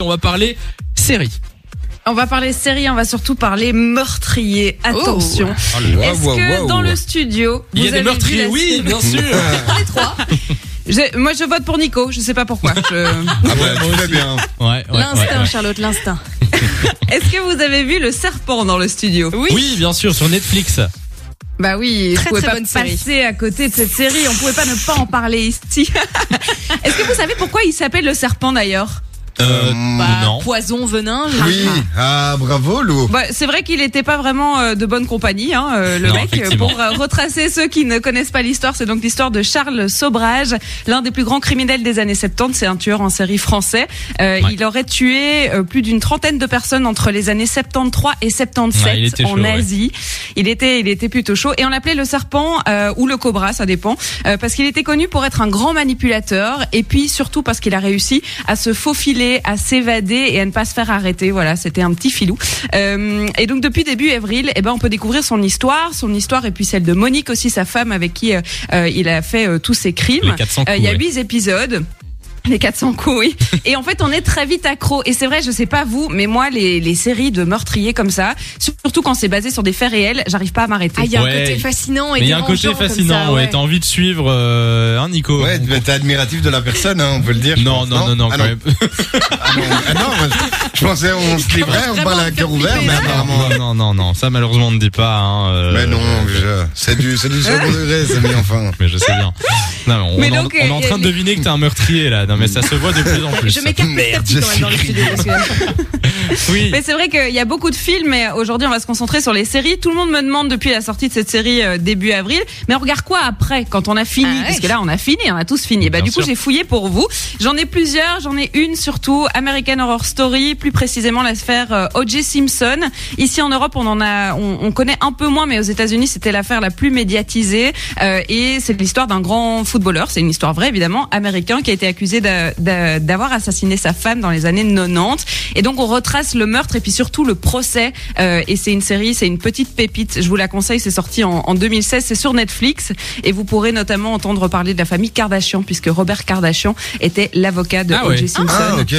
On va parler série. On va parler série, on va surtout parler meurtrier. Oh. Attention. Ah, Est-ce que dans le studio, Il y a des vous avez vu meurtriers, la oui, série bien sûr. Les trois. J'ai- Moi, je vote pour Nico. Je sais pas pourquoi. Je- Ah bah, tu fais bien. Ouais, ouais, ouais, L'instinct, ouais. Charlotte, l'instinct. Est-ce que vous avez vu le serpent dans le studio Oui. bien sûr, sur Netflix. Bah oui. Très, on pouvait très pas bonne série. passer à côté de cette série. On pouvait pas ne pas en parler ici. Est-ce que vous savez pourquoi il s'appelle le serpent d'ailleurs Euh, Bah, non. Poison, venin. je- Oui, ah bravo Lou. Bah, c'est vrai qu'il n'était pas vraiment euh, de bonne compagnie, hein, euh, le Non, mec. effectivement. Pour euh, retracer ceux qui ne connaissent pas l'histoire, c'est donc l'histoire de Charles Sobrage, l'un des plus grands criminels des années 70. C'est un tueur en série français. Euh, Ouais. Il aurait tué euh, plus d'une trentaine de personnes entre les années 73 et 77 Ouais, il était chaud, en ouais. Asie. Il était, il était plutôt chaud et on l'appelait le serpent euh, ou le cobra, ça dépend, euh, parce qu'il était connu pour être un grand manipulateur et puis surtout parce qu'il a réussi à se faufiler, à s'évader et à ne pas se faire arrêter. Voilà, c'était un petit filou. Euh, et donc depuis début avril, eh ben on peut découvrir son histoire, son histoire et puis celle de Monique aussi, sa femme avec qui euh, euh, il a fait euh, tous ses Les crimes. 400 Euh, coups. Il y a ouais. huit épisodes. Les 400 coups, oui. Et en fait, on est très vite accro. Et c'est vrai, je sais pas vous, mais moi, les, les séries de meurtriers comme ça, surtout quand c'est basé sur des faits réels, j'arrive pas à m'arrêter. Ah, il y a un Ouais. côté fascinant et Mais il y a un dérangeant côté comme fascinant. ça, ouais. ouais. T'as envie de suivre, euh, hein, Nico Ouais, mais t'es admiratif de la personne, hein, on peut le dire. je Non, pense, non, non, non, Ah quand même. Ah non, ah non, moi, je pensais on se livrait, on parle à cœur ouvert, mais apparemment. Non, non, non, non. Ça, malheureusement, on ne dit pas. hein, euh, Mais non, je- c'est du, c'est du second degré, c'est mis enfin. Mais je sais bien. Non, mais on, Mais on est en- donc, on est en euh, train de les- deviner que t'es un meurtrier là. Non, mais ça se voit de plus en plus. Je m'écarte Merde, petit quand même dans le studio. parce que- Oui. Mais c'est vrai qu'il y a beaucoup de films, mais aujourd'hui, on va se concentrer sur les séries. Tout le monde me demande depuis la sortie de cette série euh, début avril, mais on regarde quoi après, quand on a fini Ah ouais. Parce que là, on a fini, on a tous fini. Bah, Bien du coup, sûr. j'ai fouillé pour vous. J'en ai plusieurs, j'en ai une surtout, American Horror Story, plus précisément l'affaire euh, O.J. Simpson. Ici, en Europe, on en a, on, on connaît un peu moins, mais aux États-Unis, c'était l'affaire la plus médiatisée. Euh, et c'est l'histoire d'un grand footballeur, c'est une histoire vraie, évidemment, américain, qui a été accusé d'a- d'a- d'avoir assassiné sa femme dans les années 90. Et donc on retrace le meurtre et puis surtout le procès. Euh, et c'est une série, c'est une petite pépite. Je vous la conseille. C'est sorti en, en 2016. C'est sur Netflix et vous pourrez notamment entendre parler de la famille Kardashian puisque Robert Kardashian était l'avocat de Ah O.J. ouais. Simpson. Ah, ok.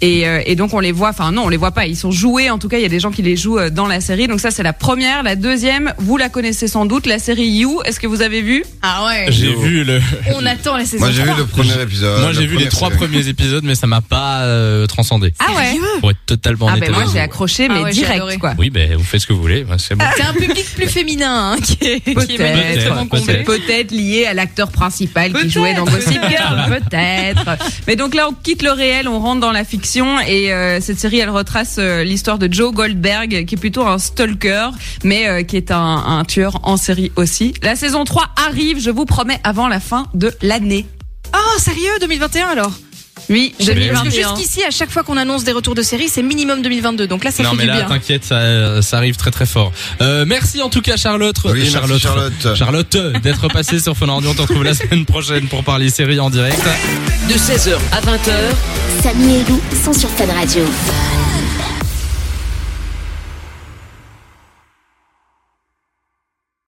Et, euh, et donc on les voit, enfin non, on les voit pas, ils sont joués, en tout cas il y a des gens qui les jouent euh, dans la série. Donc ça c'est la première, la deuxième, vous la connaissez sans doute, la série You, est-ce que vous avez vu Ah ouais. J'ai Non. vu le. On attend la saison Moi, j'ai vu 3. le premier épisode. Moi, la j'ai vu les première trois série. premiers épisodes, mais ça m'a pas euh, transcendé. Ah ouais Pour être totalement Ah honnête ben moi avec j'ai vous. accroché Ah mais ouais, j'ai adoré. direct quoi. Oui, ben vous faites ce que vous voulez, ben, c'est bon. C'est un public plus féminin hein, qui est, qui est manifestement Peut-être, comblé. Peut-être lié à l'acteur principal qui Peut-être. jouait dans Gossip Girl, peut-être. Mais donc là, on quitte le réel, on rentre dans la fiction et euh, cette série, elle retrace euh, l'histoire de Joe Goldberg, qui est plutôt un stalker, mais euh, qui est un, un tueur en série aussi. La saison 3 arrive, je vous promets, avant la fin de l'année. Oh, sérieux 2021 alors Oui, Je vais- Parce que 2021. jusqu'ici, à chaque fois qu'on annonce des retours de série, c'est minimum 2022. Donc là, ça non fait mais du là bien. t'inquiète ça, ça arrive très très fort. Euh, merci en tout cas Charlotte, Oui, euh, merci, Charlotte, Charlotte. Charlotte, euh, d'être passée sur Fun Radio. On te retrouve la semaine prochaine pour parler série en direct. Samy et Lou sont sur Fan Radio.